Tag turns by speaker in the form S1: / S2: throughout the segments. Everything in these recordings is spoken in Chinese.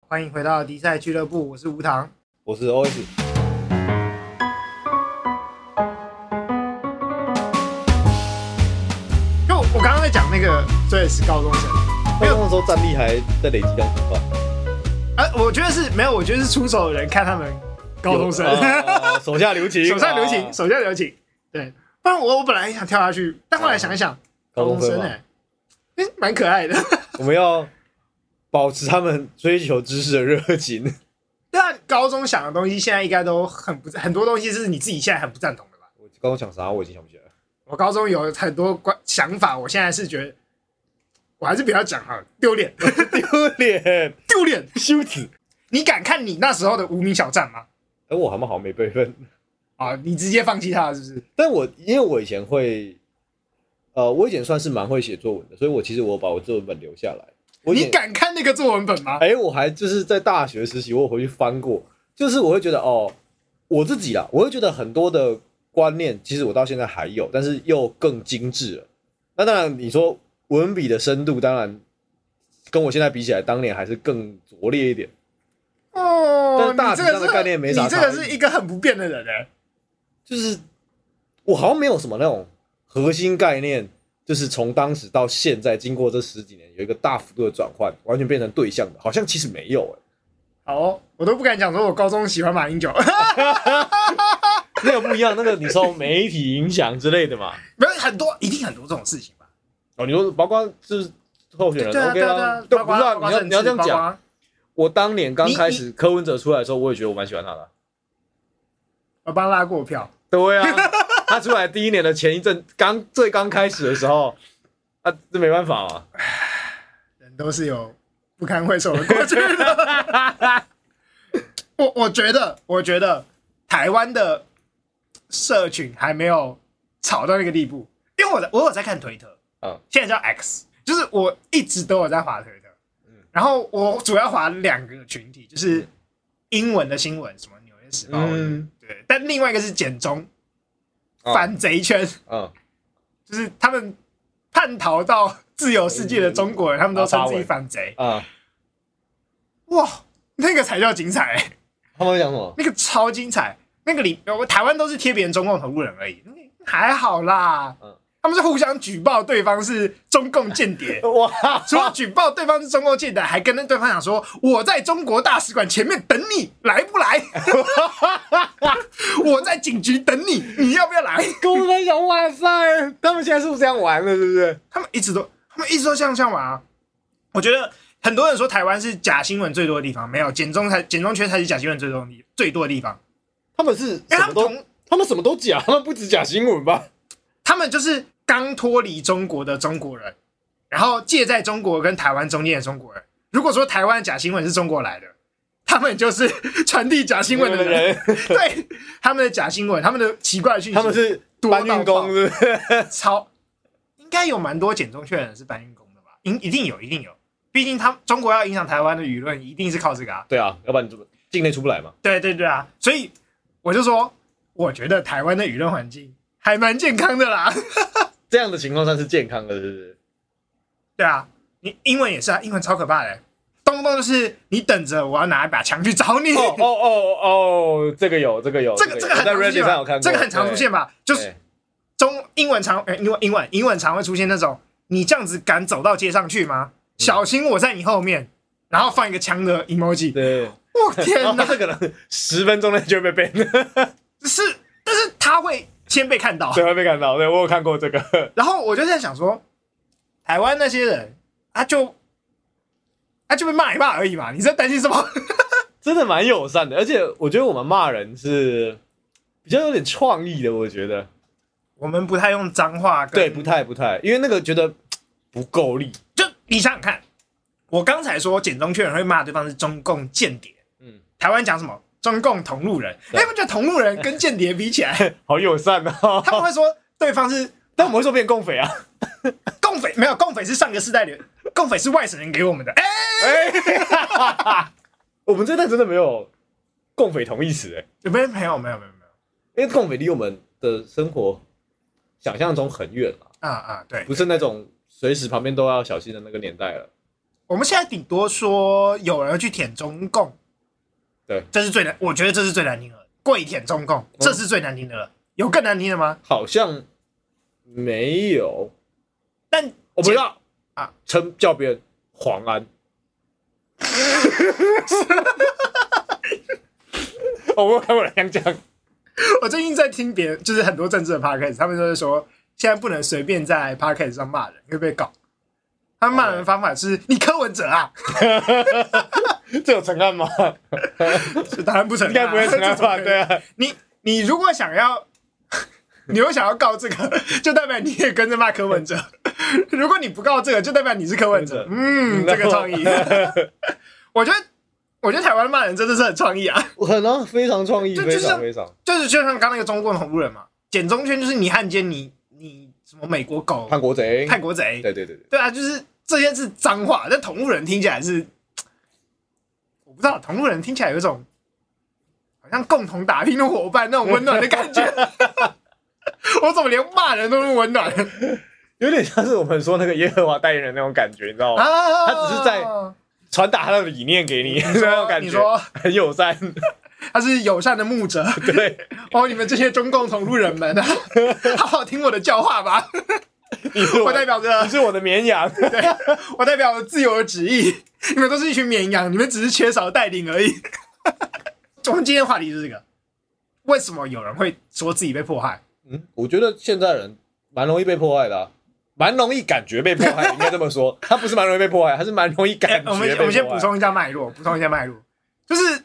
S1: 欢迎回到迪赛俱乐部，我是吴糖。
S2: 我是 OS，
S1: 就我刚刚在讲那个，对，是高中生，没
S2: 没
S1: 有
S2: 有那时候战力还在累积当什么？
S1: 呃，我觉得是没有，我觉得是出手的人看他们高中生，
S2: 有啊手下留情，
S1: 手下留情，
S2: 啊
S1: 手下留情。对，不然我我本来想跳下去，但后来想一想，
S2: 高
S1: 中
S2: 中
S1: 生
S2: 生嘛
S1: 哎、欸，蛮可爱的。
S2: 我们要保持他们追求知识的热情。
S1: 对啊，高中想的东西现在应该都很不很多东西是你自己现在很不赞同的吧？
S2: 我刚刚讲啥，我已经想不起来了。
S1: 我高中有很多观想法，我现在是觉得我还是不要讲好了，丢脸，
S2: 丢脸，
S1: 丢脸。
S2: 羞耻。
S1: 你敢看你那时候的无名小站吗？
S2: 哎，我他妈好像没备份，
S1: 啊，你直接放弃它了是不是？
S2: 但我因为我以前会，呃，我以前算是蛮会写作文的，所以我其实我把我作文本留下来。我以前
S1: 你敢看那个作文本吗？
S2: 哎、我还就是在大学时期，我有回去翻过，就是我会觉得哦，我自己啦，我会觉得很多的观念，其实我到现在还有，但是又更精致了。那当然，你说文笔的深度，当然跟我现在比起来，当年还是更拙劣一点。哎但
S1: 哦，
S2: 是大
S1: 你
S2: 体
S1: 这
S2: 上
S1: 个
S2: 的
S1: 是
S2: 概念没啥
S1: 你这个
S2: 差异
S1: 是一个很不变的人哎、
S2: 就是我好像没有什么那种核心概念，就是从当时到现在，经过这十几年，有一个大幅度的转换，完全变成对象的，好像其实没有哎、
S1: 好哦，我都不敢讲说我高中喜欢马英九，
S2: 那个不一样，那个你受媒体影响之类的嘛。
S1: 没有很多，一定很多这种事情吧？
S2: 哦，你说包括就是候选人
S1: 对啊，
S2: OK
S1: 对啊，对啊
S2: 啦，，都不是
S1: 包
S2: 啊你
S1: 括
S2: 要
S1: 政
S2: 你
S1: 治
S2: 要这样
S1: 包括
S2: 讲。
S1: 啊
S2: 我当年刚
S1: 你
S2: 开始柯文哲出来的时候，我也觉得我蛮喜欢他的。
S1: 我帮他拉过票，
S2: 对啊，他出来第一年的前一阵，刚最刚开始的时候，啊，这没办法嘛。
S1: 人都是有不堪回首的过去的。 我我觉得，我觉得台湾的社群还没有吵到那个地步，因为我在我有在看推特，
S2: 嗯，
S1: 现在叫 X，就是我一直都有在滑推特，然后我主要滑两个群体，就是
S2: 嗯
S1: 英文的新闻，什么《纽约时报》，
S2: 嗯
S1: 对，但另外一个是简中
S2: 哦
S1: 反贼圈，
S2: 嗯，
S1: 就是他们叛逃到自由世界的中国人，
S2: 嗯
S1: 他们都称自己反贼。
S2: 啊，
S1: 哇，那个才叫精彩、
S2: 他们会讲什么？
S1: 那个超精彩。那个里，我台湾都是贴别人中共同路人而已，那还好啦。
S2: 嗯，
S1: 他们是互相举报对方是中共间谍
S2: 哇，
S1: 除了举报对方是中共间谍，还跟那对方讲说：“我在中国大使馆前面等你，来不来？ 我在警局等你，你要不要来？”
S2: 跟我们讲，哇塞，他们现在是不是这样玩的？是不是？
S1: 他们一直都，他们一直都像这样玩啊。我觉得很多人说台湾是假新闻最多的地方，没有简中才简中圈才是假新闻最多的地最多的地方，
S2: 他们是
S1: 因为
S2: 什
S1: 他
S2: 么
S1: 们
S2: 都，
S1: 同
S2: 哎他们什么都假，他们不止假新闻吧？
S1: 他们就是刚脱离中国的中国人，然后介在中国跟台湾中间的中国人。如果说台湾假新闻是中国来的，他们就是传递假新闻的人，对他们的假新闻，他们的奇怪的讯息，
S2: 他们是搬运工，是不是？
S1: 超应该有蛮多减重确人是搬运工的吧？一一定有，一定有。毕竟他中国要影响台湾的舆论，一定是靠这个啊。
S2: 对啊，要不然你怎么境内出不来嘛？
S1: 对对对啊，所以我就说，我觉得台湾的舆论环境还蛮健康的啦。
S2: 这样的情况算是健康的，是不是？
S1: 对啊，你英文也是啊，英文超可怕的、动不动就是你等着我要拿一把枪去找你。
S2: 哦哦哦哦，这个有，这个有，
S1: 这个这个
S2: 有
S1: 很
S2: 在
S1: 常出
S2: Reddit
S1: 现
S2: 上有
S1: 吧，
S2: 看过，
S1: 这个很常出现吧？
S2: 对，
S1: 就是
S2: 对
S1: 中英文常，呃英文英文英文常会出现那种，你这样子敢走到街上去
S2: 嗯
S1: 吗？小心我在你后面，然后放一个枪的 emoji。
S2: 对。
S1: 我 天
S2: 然后
S1: 哪，
S2: 这个人十分钟内就会被 ban，
S1: 是，但是他会先被看 到。
S2: 谁会被看到？对我有看过这个，
S1: 然后我就在想说，台湾那些人，他就他就被骂一骂而已嘛，你在担心什么？
S2: 真的蛮友善的，而且我觉得我们骂人是比较有点创意的，我觉得
S1: 我们不太用脏话跟，
S2: 对，不太不太，因为那个觉得不够力，
S1: 就你想想看，我刚才说简中确人会骂对方是中共间谍，
S2: 嗯，
S1: 台湾讲什么中共同路人？
S2: 对
S1: 哎，不觉得同路人跟间谍比起 来，
S2: 好友善哦。
S1: 他们会说对方是
S2: 但我们会说变共匪啊，
S1: 共匪，没有共匪是上个世代的，共匪是外省人给我们的。哎，
S2: 哎，我们这代真的没有共匪同义词哎，
S1: 有没有？没有，没有，没有，没有。
S2: 因为共匪离我们的生活想象中很远啊，
S1: 啊啊，对，
S2: 不是那种随时旁边都要小心的那个年代了。
S1: 我们现在顶多说有人去舔中共，
S2: 对，嗯
S1: 这是最难，我觉得这是最难听的，跪舔中共，这是最难听的了。有更难听的吗？
S2: 好像没有，
S1: 但
S2: 我不知道
S1: 啊，
S2: 称叫别人黄安。哦， 我有看过人这样讲，
S1: 我最近在听别人，就是很多政治的 podcast，他们都是说现在不能随便在 podcast 上骂人，会被搞。他们骂人的方法是你柯文哲啊，
S2: 这有成案 吗？
S1: 这当然不成
S2: 应
S1: 立啊，
S2: 该不会成
S1: 这
S2: 案吧？
S1: 怎么可能
S2: 对啊，
S1: 你你如果想要， 你又想要告这个，就代表你也跟着骂柯文哲；如果你不告这个，就代表你是柯文哲。嗯，这个创意，我觉得，我觉得台湾骂人真的是很创意啊，
S2: 很啊，非常创意，
S1: 就
S2: 非
S1: 就像
S2: 常非常。
S1: 就是就像刚那个中共同路人嘛，简中圈就是你汉奸，你你什么美国狗、
S2: 叛国贼，
S1: 叛国贼，
S2: 对对对对，
S1: 对啊，就是这些是脏话，但同路人听起来是，我不知道同路人听起来有一种好像共同打拼的伙伴那种温暖的感 觉。我怎么连骂人都那么温暖
S2: 有点像是我们说那个耶和华代言人那种感觉，你知道吗？
S1: 啊？
S2: 哦他只是在传达他的理念给你，
S1: 你
S2: 那种
S1: 说，
S2: 感
S1: 你
S2: 觉
S1: 说
S2: 很友善。
S1: 他是友善的牧者
S2: 对，
S1: 哦，你们这些中共同路人们啊， 好好听我的教化吧，
S2: 你是我
S1: 我代
S2: 的，
S1: 表着
S2: 你是我的绵羊。
S1: 我代表自由的旨意，你们都是一群绵羊，你们只是缺少带领而已。我们今天的话题就是这个：为什么有人会说自己被迫害？
S2: 嗯，我觉得现在人蛮容易被迫害的、啊，蛮容易感觉被迫 害，应该这么说。他不是蛮容易被迫害，他是蛮容易感
S1: 哎我
S2: 觉被迫害。
S1: 们我们先补，充一下脉络，补充一下脉络，就是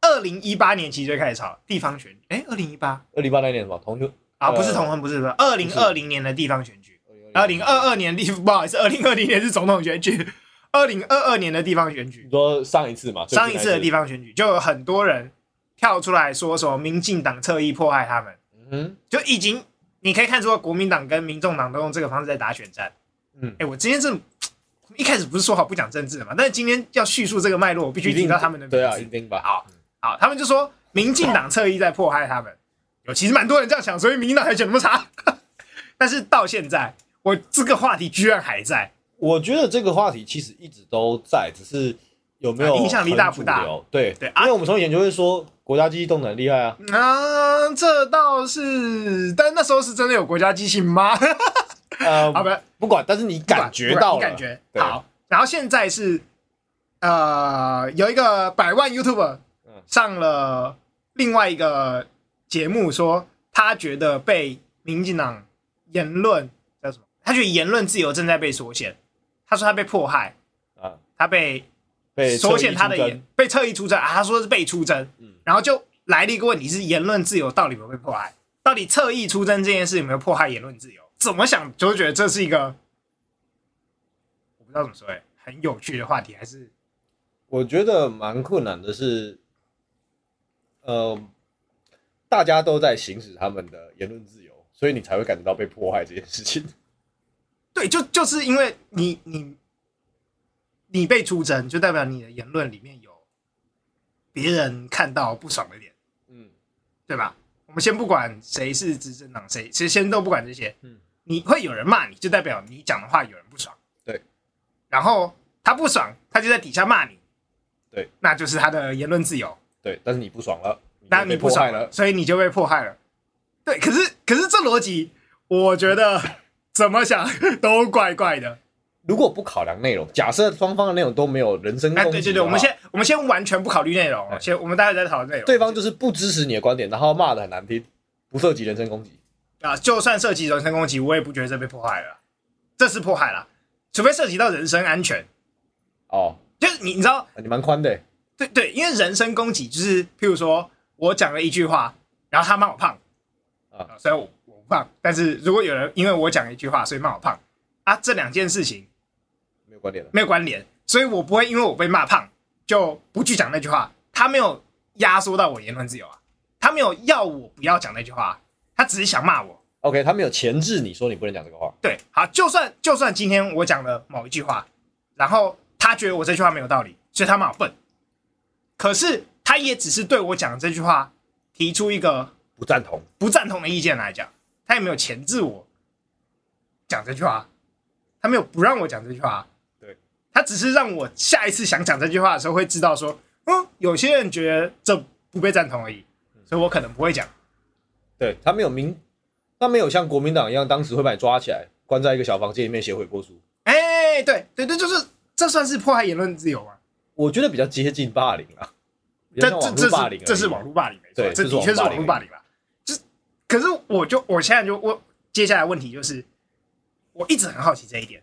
S1: 二零一八年其实就开始吵地方选，哎，二零一八
S2: 二零八那年什么同学？
S1: 啊，
S2: 呃
S1: 不是同婚，不是不是，二零二零年的地方选举，二零
S2: 2022，
S1: 二二年的地，不好意思，二零二零年是总统选举，二零二二年的地方选举
S2: 你，说上一次嘛？
S1: 上一次的地
S2: 方，
S1: 方选举就有很多人跳出来说什么民进党侧翼迫害他们。
S2: 嗯
S1: 就已经你可以看出国民党跟民众党都用这个方式在打选战。
S2: 嗯
S1: 哎、，我今天这一开始不是说好不讲政治的嘛，但是今天要叙述这个脉络，我必须提到他们的名字。
S2: 对啊，一定吧。
S1: 好好，他们就说民进党侧翼在迫害他们，有其实蛮多人这样想，所以民进党才选那么差。 但是到现在，我这个话题居然还在，
S2: 我觉得这个话题其实一直都在，只是有没
S1: 啊
S2: 有
S1: 影响力大不大
S2: 很主流？对
S1: 对啊
S2: 因为我们从以前就会说国家机器动得很厉害啊，
S1: 啊，这倒是，但那时候是真的有国家机器吗？
S2: 呃，
S1: 好吧，
S2: 不管，但是你感觉
S1: 不管
S2: 到了，
S1: 不管你感觉
S2: 对
S1: 好。然后现在是呃，有一个百万 YouTuber
S2: 嗯
S1: 上了另外一个节目，说他觉得被民进党言论叫什么？他觉得言论自由正在被缩限。他说他被迫害，
S2: 啊，
S1: 他被
S2: 被
S1: 缩
S2: 侧
S1: 限
S2: 翼
S1: 他的
S2: 竞争
S1: 言，被侧翼出征啊。他说是被出征，
S2: 嗯
S1: 然后就来了一个问题是：言论自由到底有没有被迫害？到底侧翼出征这件事有没有迫害言论自由？怎么想就会觉得这是一个我不知道怎么说哎、很有趣的话题，还是
S2: 我觉得蛮困难的是，呃，大家都在行使他们的言论自由，所以你才会感觉到被迫害这件事情。
S1: 对，就就是因为你你你被出征，就代表你的言论里面有别人看到不爽的点，
S2: 嗯，
S1: 对吧？我们先不管谁是执政党，谁谁先都不管这些，
S2: 嗯
S1: 你会有人骂你，就代表你讲的话有人不爽，
S2: 对。
S1: 然后他不爽，他就在底下骂你，
S2: 对，
S1: 那就是他的言论自由，
S2: 对，但是你不爽了，
S1: 那
S2: 就
S1: 你
S2: 被
S1: 不
S2: 迫害
S1: 爽
S2: 了。
S1: 所以你就被迫害了。对，可是可是这逻辑，我觉得怎么想都怪怪的。
S2: 如果不考量内容，假设双方的内容都没有人身攻
S1: 哎，
S2: 击、啊
S1: 对对对，我们先我们先完全不考虑内容哦，
S2: 哎
S1: 先我们待会再讨论内容。
S2: 对方就是不支持你的观点，然后骂的很难听，不涉及人身攻击。
S1: 啊，就算涉及人身攻击，我也不觉得这被迫害了，这是迫害了，除非涉及到人身安全。
S2: 哦，
S1: 就是你你知道，
S2: 你蛮宽的欸，
S1: 对对，因为人身攻击就是，譬如说我讲了一句话，然后他骂我胖，
S2: 啊
S1: 啊，虽然我我不胖，但是如果有人因为我讲了一句话所以骂我胖，啊，这两件事情
S2: 没有观点了。
S1: 没有关联，所以我不会因为我被骂胖就不去讲那句话。他没有压缩到我言论自由啊，他没有要我不要讲那句话，他只是想骂我。
S2: OK，他没有前置你说你不能讲这个话，
S1: 对，好，就算就算今天我讲了某一句话，然后他觉得我这句话没有道理，所以他骂我笨，可是他也只是对我讲这句话提出一个
S2: 不赞同。
S1: 不赞同的意见来讲，他也没有钳制我讲这句话，他没有不让我讲这句话。
S2: 对，
S1: 他只是让我下一次想讲这句话的时候会知道说，嗯，有些人觉得这不被赞同而已，所以我可能不会讲。
S2: 对他没有明，他没有像国民党一样，当时会把你抓起来，关在一个小房间里面写悔过书。
S1: 哎、对对对，就是这算是迫害言论自由吗？
S2: 我觉得比较接近霸凌啊，比较
S1: 这
S2: 像
S1: 这
S2: 网
S1: 这是
S2: 络霸凌而已啊
S1: 这是网络霸凌，没错，
S2: 对
S1: 这
S2: 这是
S1: 的确是
S2: 网
S1: 网
S2: 络
S1: 络
S2: 霸
S1: 霸凌啦。这可是我就我现在就我接下来问题就是，我一直很好奇这一点，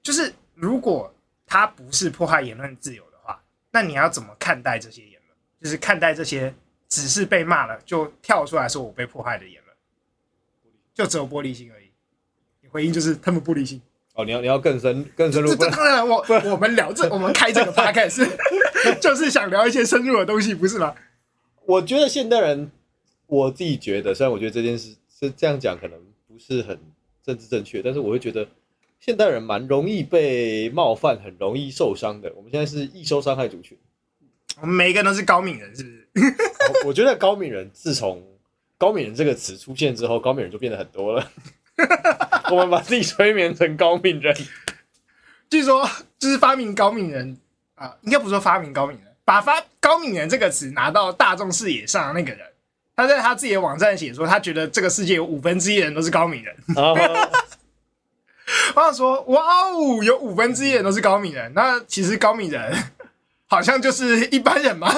S1: 就是如果他不是迫害言论自由的话，那你要怎么看待这些言论？就是看待这些只是被骂了就跳出来说我被迫害的言论，就只有玻璃心而已。你回应就是他们玻璃心，
S2: 哦，你要你要更深更深入，
S1: 这
S2: 不
S1: 这
S2: 然
S1: 当然我我们聊这我们开这个 podcast 就是想聊一些深入的东西，不是吗？
S2: 我觉得现代人，我自己觉得，虽然我觉得这件事这这样讲可能不是很政治正确，但是我会觉得现代人蛮容易被冒犯，很容易受伤的。我们现在是易受伤害族群，
S1: 我们每一个人都是高敏人，是不是？
S2: 我我觉得高敏人自从“高敏人”这个词出现之后，高敏人就变得很多了。 我们把自己催眠成高敏人，
S1: 据说就是发明高敏人啊、应该不是说发明高敏人，把发高敏人这个词拿到大众视野上的那个人，他在他自己的网站写说，他觉得这个世界有五分之一的人都是高敏人。
S2: 然后
S1: 我想说，哇哦，有五分之一的人都是高敏人，那其实高敏人好像就是一般人嘛。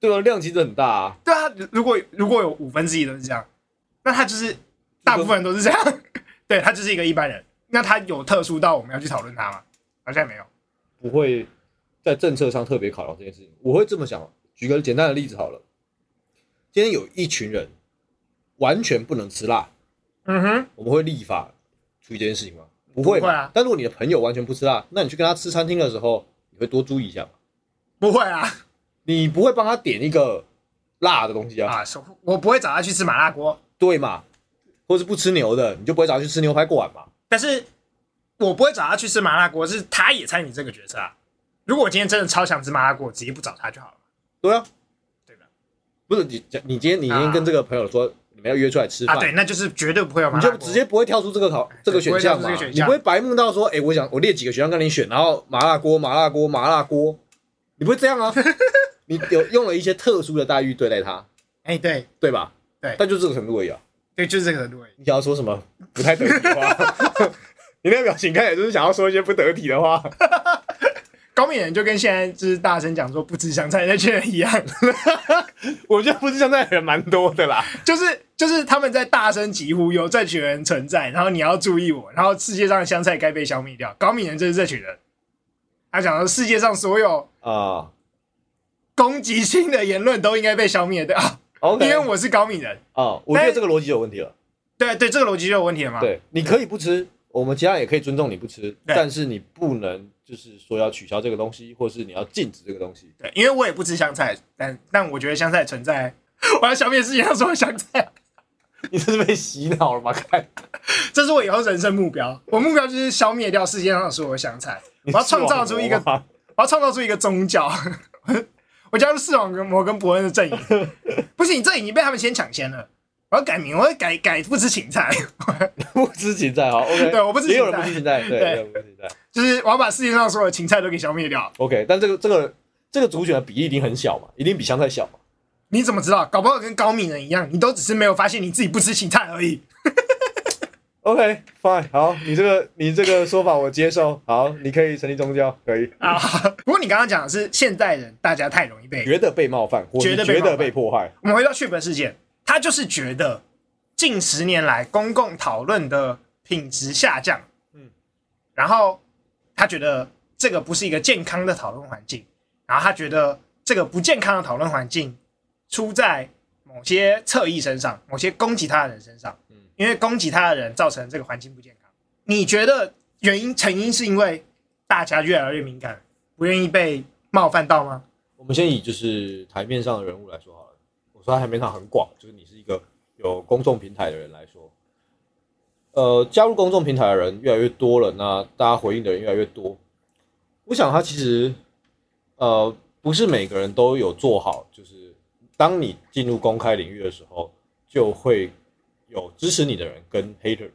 S2: 对啊，量其实很大、啊。
S1: 对啊，如果如果有五分之一都是这样，那他就是大部分人都是这样， 对他就是一个一般人。那他有特殊到我们要去讨论他吗？好像没有。
S2: 不会在政策上特别考量这件事情。我会这么想，举个简单的例子好了。今天有一群人完全不能吃辣，
S1: 嗯哼。
S2: 我们会立法处理这件事情吗？不会嘛
S1: 不会啊
S2: 但如果你的朋友完全不吃辣，那你去跟他吃餐厅的时候，你会多注意一下嘛？
S1: 不会啊
S2: 你不会帮他点一个辣的东西啊？
S1: 啊，我不会找他去吃麻辣锅，
S2: 对嘛？或是不吃牛的，你就不会找他去吃牛排馆嘛？
S1: 但是我不会找他去吃麻辣锅，是他也参与这个决策啊。如果我今天真的超想吃麻辣锅，我直接不找他就好了，
S2: 对啊，
S1: 对吧？
S2: 不是你，你今天你今天跟这个朋友说、你们要约出来吃饭，
S1: 啊，对，那就是绝对不会有麻
S2: 你
S1: 辣
S2: 就
S1: 锅，哎
S2: 直接不会跳出这个考这个选项嘛
S1: 不会跳出这个？选项
S2: 你不会白目到说，哎、我想我列几个选项跟你选，然后麻辣锅、麻辣锅、麻辣锅，你不会这样 啊？你有用了一些特殊的待遇对待他，
S1: 哎、对
S2: 对吧？
S1: 对
S2: 但就这个程度而已啊。
S1: 对，就是这个程度而已。
S2: 你想要说什么不太得体的话？ 你那个表情看起来就是想要说一些不得体的话。
S1: 高敏人就跟现在就是大声讲说不吃香菜那群人一样，
S2: 我觉得不是像那人蛮多的啦。
S1: 就是就是他们在大声疾呼有这群人存在，然后你要注意我，然后世界上的香菜该被消灭掉。高敏人就是这群人，他讲说世界上所有
S2: 啊、
S1: 攻击性的言论都应该被消灭掉。
S2: o k
S1: 因为
S2: 啊、
S1: 我是高敏人。
S2: 哦我觉得
S1: 但啊
S2: 这个逻辑有问题了。
S1: 对对，这个逻辑就有问题了嘛？，
S2: 对，你可以不吃，我们其他人也可以尊重你不吃，但是你不能就是说要取消这个东西，或是你要禁止这个东西。
S1: 对，因为我也不吃香菜，但但我觉得香菜存在，我要消灭世界上所有香菜，
S2: 你这是被洗脑了吗？看，
S1: 这是我以后人生目标。我目标就是消灭掉世界上所有香菜，我要创造出一个，我要创造出一个宗教。 我加入视网膜跟伯恩的阵营，不行，这已经被他们先抢先了。我要改名，我要改改不吃芹菜，
S2: 不知情在哈，OK，
S1: 对我不知情在
S2: 也有人不知情在，对，
S1: 对
S2: 也有人不知情在
S1: 就是我要把世界上所有芹菜都给消灭掉。
S2: ，OK，但这个这个这个族群的比例一定很小嘛，一定比香菜小嘛，
S1: 你怎么知道？搞不好跟高敏人一样，你都只是没有发现你自己不吃芹菜而已。
S2: OK，fine，、好，你这个你这个说法我接受，好，你可以成立宗教，可以，
S1: 啊， 不过你刚刚讲的是现代人，大家太容易被。
S2: 觉得被冒犯，或
S1: 觉
S2: 是
S1: 得被
S2: 觉
S1: 冒
S2: 得
S1: 犯
S2: 被迫害，
S1: 我们回到剧本事件，他就是觉得近十年来公共讨论的品质下降，嗯
S2: 嗯，
S1: 然后他觉得这个不是一个健康的讨论环境，然后他觉得这个不健康的讨论环境出在某些侧翼身上，某些攻击他的人身上，嗯
S2: 嗯，
S1: 因为攻击他的人造成这个环境不健康。你觉得原因成因是因为大家越来越敏感，不愿意被冒犯到吗？
S2: 我们先以就是台面上的人物来说好了。我说台面上很广，就是你是一个有公众平台的人来说，呃，加入公众平台的人越来越多了，那大家回应的人越来越多。我想他其实，呃，不是每个人都有做好，就是当你进入公开领域的时候，就会有支持你的人跟 hater。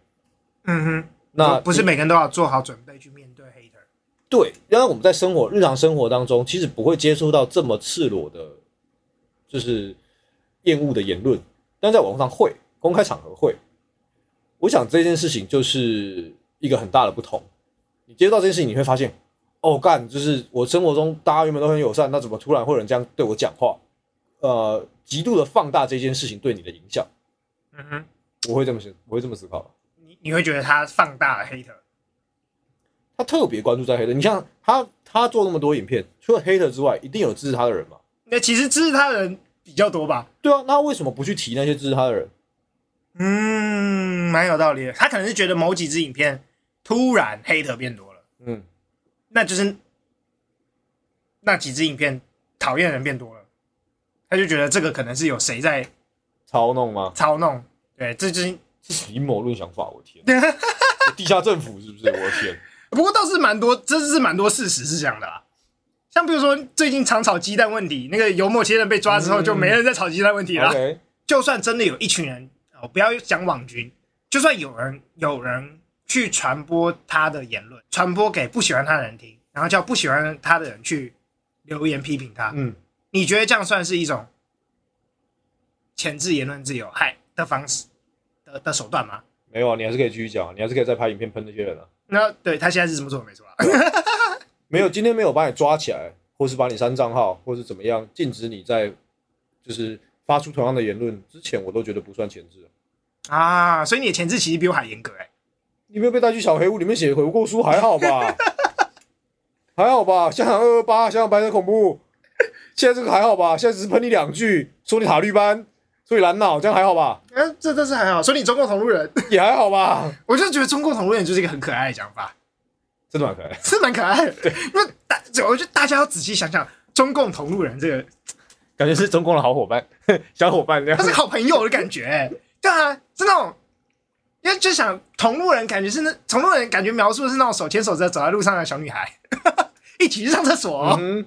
S1: 嗯哼。
S2: 那
S1: 不是每个人都要做好准备去面对 hater。
S2: 对，因为我们在生活日常生活当中，其实不会接触到这么赤裸的，就是厌恶的言论，但在网络上会，公开场合会。我想这件事情就是一个很大的不同。你接触到这件事情，你会发现，哦，干，就是我生活中大家原本都很友善，那怎么突然会有人这样对我讲话？呃，极度的放大这件事情对你的影响，
S1: 嗯哼，
S2: 我会这么想，我会这么思考。
S1: 你你会觉得他放大了 hater，
S2: 他特别关注在黑特，你像他，他做那么多影片，除了黑特之外，一定有支持他的人嘛？
S1: 那其实支持他的人比较多吧？
S2: 对啊，那他为什么不去提那些支持他的人？
S1: 嗯，蛮有道理的。他可能是觉得某几支影片突然 hater 变多了，
S2: 嗯，
S1: 那就是那几支影片讨厌的人变多了，他就觉得这个可能是有谁在
S2: 操弄吗？
S1: 操弄。对，这就是
S2: 这是阴谋论想法，我 天！地下政府是不是？我天！
S1: 不过倒是蛮多，真是蛮多事实是这样的啦。像比如说最近常炒鸡蛋问题，那个油墨切人被抓之后，就没人再炒鸡蛋问题了。
S2: OK，
S1: 就算真的有一群人，哦，不要讲网军，就算有人有人去传播他的言论，传播给不喜欢他的人听，然后叫不喜欢他的人去留言批评他，
S2: 嗯，
S1: 你觉得这样算是一种前置言论自由害的方式的的手段吗？
S2: 没有啊，你还是可以继续讲，你还是可以再拍影片喷那些人啊。
S1: 那对他现在是这么做没错 啊，
S2: 没有，今天没有把你抓起来，或是把你删账号，或是怎么样，禁止你在就是发出同样的言论之前，我都觉得不算前置。
S1: 啊，所以你的前置其实比我还严格哎、
S2: 你没有被带去小黑屋里面写悔过书，还好 吧？还好吧？香港二二八，香港白色恐怖，现在这个还好吧？现在只是喷你两句，说你塔绿班，说你蓝脑，这样还好吧？
S1: 嗯、这这是还好，所以你中共同路人，
S2: 也还好吧？
S1: 我就觉得中共同路人就是一个很可爱的讲法，
S2: 真的蛮可爱。
S1: 是蛮可爱的。对，因为大，我觉得大家要仔细想想，中共同路人这个
S2: 感觉是中共的好伙伴， 小伙伴这样
S1: 他是好朋友的感觉、欸，对啊，是那种，因为就想同路人感觉是那同路人感觉描述的是那种手牵手在走在路上的小女孩， 一起去上厕所、
S2: 嗯，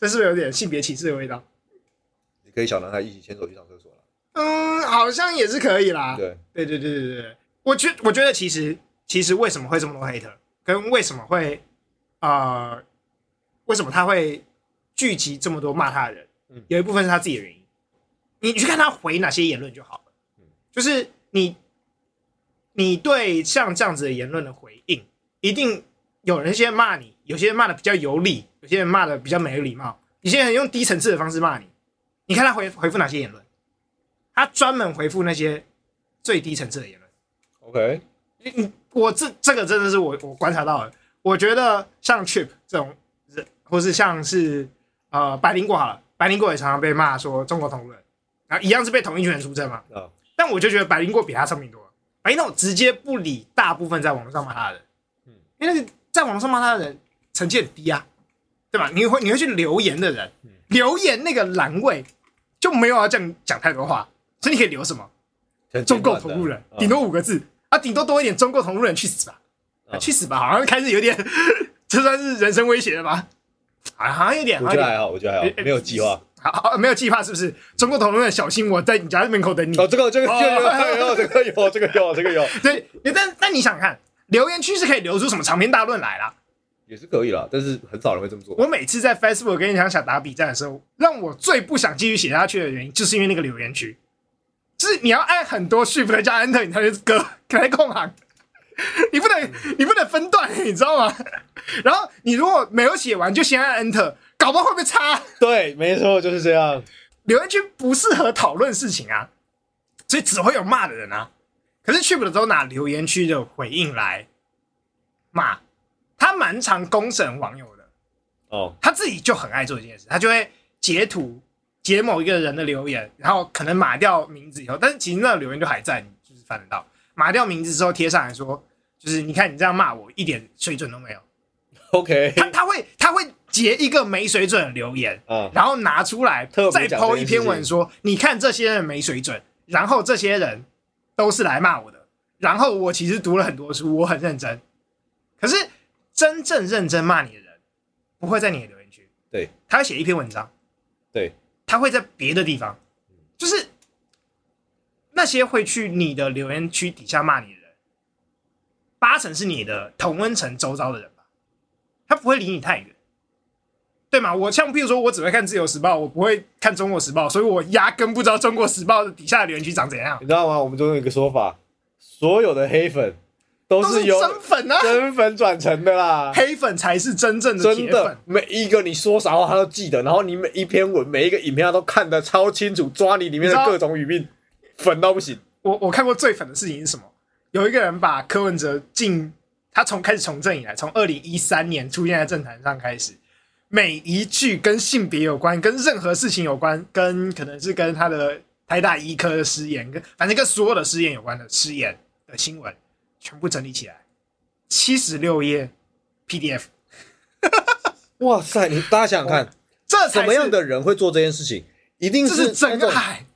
S1: 这是不是有点性别歧视的味道？
S2: 你可以小男孩一起牵手去上厕所了。
S1: 嗯，好像也是可以啦。
S2: 对，
S1: 对对对对对对，我觉我觉得其实其实为什么会这么多 hater，跟为什么会啊、呃为什么他会聚集这么多骂他的人，
S2: 嗯
S1: 有一部分是他自己的原因。你你去看他回哪些言论就好了，
S2: 嗯
S1: 就是你你对像这样子的言论的回应，一定有人先骂你，有些人骂的比较有理，有些人骂的比较没有礼貌，有些人用低层次的方式骂你。你看他回回复哪些言论？他专门回复那些最低层次的言论。
S2: OK，
S1: 你你我这这个真的是我我观察到的，我觉得像 Chip 这种人，或是像是呃白灵果好了，白灵果也常常被骂说中国同人，然后一样是被同一群人出征嘛。
S2: 啊，
S1: 但我就觉得白灵果比他聪明多了，白灵果直接不理大部分在网络上骂他的人，
S2: 嗯
S1: 因为那个在网络上骂他的人成绩很低啊，对吧？你会你会去留言的人
S2: 嗯，
S1: 留言那个栏位就没有要这样讲太多话，所以你可以留什么？中共同路人，顶多五个字啊，顶多多一点中共同路人，去死吧，啊
S2: 嗯
S1: 去死吧，好像开始有点， 这算是人身威胁了吧？啊，好像有点，
S2: 我
S1: 好
S2: 觉
S1: 像有
S2: 得
S1: 点
S2: 还好，我觉得还
S1: 哎哎
S2: 好，没有计划。
S1: 好，好没有计划是不是？中共同路人，小心我在你家门口等你。
S2: 哦，这个这个
S1: 哦
S2: 这个有，这个有，这个有，这个有，
S1: 对，但但你想看留言区是可以留出什么长篇大论来啦。
S2: 也是可以啦，但是很少人会这么做。
S1: 我每次在 Facebook 跟你讲想打比战的时候，让我最不想继续写下去的原因，就是因为那个留言区，就是你要按很多 shift 加 enter，你才能隔 才能空行，你不能你不能分段，你知道吗？然后你如果没有写完，就先按 enter，搞不好会被插。
S2: 对，没错，就是这样。
S1: 留言区不适合讨论事情啊，所以只会有骂的人啊。可是 Chip 都拿留言区的回应来骂，他蛮常公审网友的。
S2: 哦，
S1: 他自己就很爱做这件事，他就会截图截某一个人的留言，然后可能码掉名字以后，但是其实那个留言就还在，你就是翻得到。码掉名字之后贴上来说，就是你看你这样骂我一点水准都没有。
S2: OK，
S1: 他他会他会截一个没水准的留言，
S2: 啊，
S1: 然后拿出来
S2: 特
S1: 再
S2: 别讲这
S1: 抛
S2: 件事情
S1: 一篇文说，你看这些人没水准，然后这些人都是来骂我的，然后我其实读了很多书，我很认真，可是真正认真骂你的人不会在你的留言区，
S2: 对，
S1: 他会写一篇文章，
S2: 对，
S1: 他会在别的地方，就是那些会去你的留言区底下骂你的人，八成是你的同温层周遭的人吧，他不会离你太远，对吗？我像譬如说，我只会看《自由时报》，我不会看《中国时报》，所以我压根不知道《中国时报》的底下的留言区长怎样，
S2: 你知道吗？我们中有一个说法，所有的黑粉都
S1: 都是
S2: 是由
S1: 真粉啊，
S2: 真粉转成的啦，
S1: 黑粉才是 真正的
S2: 真
S1: 铁粉
S2: 的。，每一个你说啥话他都记得，然后你每一篇文、每一个影片他都看得超清楚，抓你里面
S1: 你知
S2: 的
S1: 道
S2: 各种语病，粉到不行。
S1: 我我看过最粉的事情是什么？有一个人把柯文哲进他从开始从政以来，从二零一三年出现在政坛上开始，每一句跟性别有关、跟任何事情有关、跟可能是跟他的台大医科的失言，跟反正跟所有的失言有关的失言的新闻，全部整理起来，七十六页 PDF，
S2: 哇塞，你大家想想看，
S1: 这才
S2: 什
S1: 是
S2: 么样？的人会做这件事情？一定
S1: 这是
S2: 那
S1: 真
S2: 种
S1: 爱，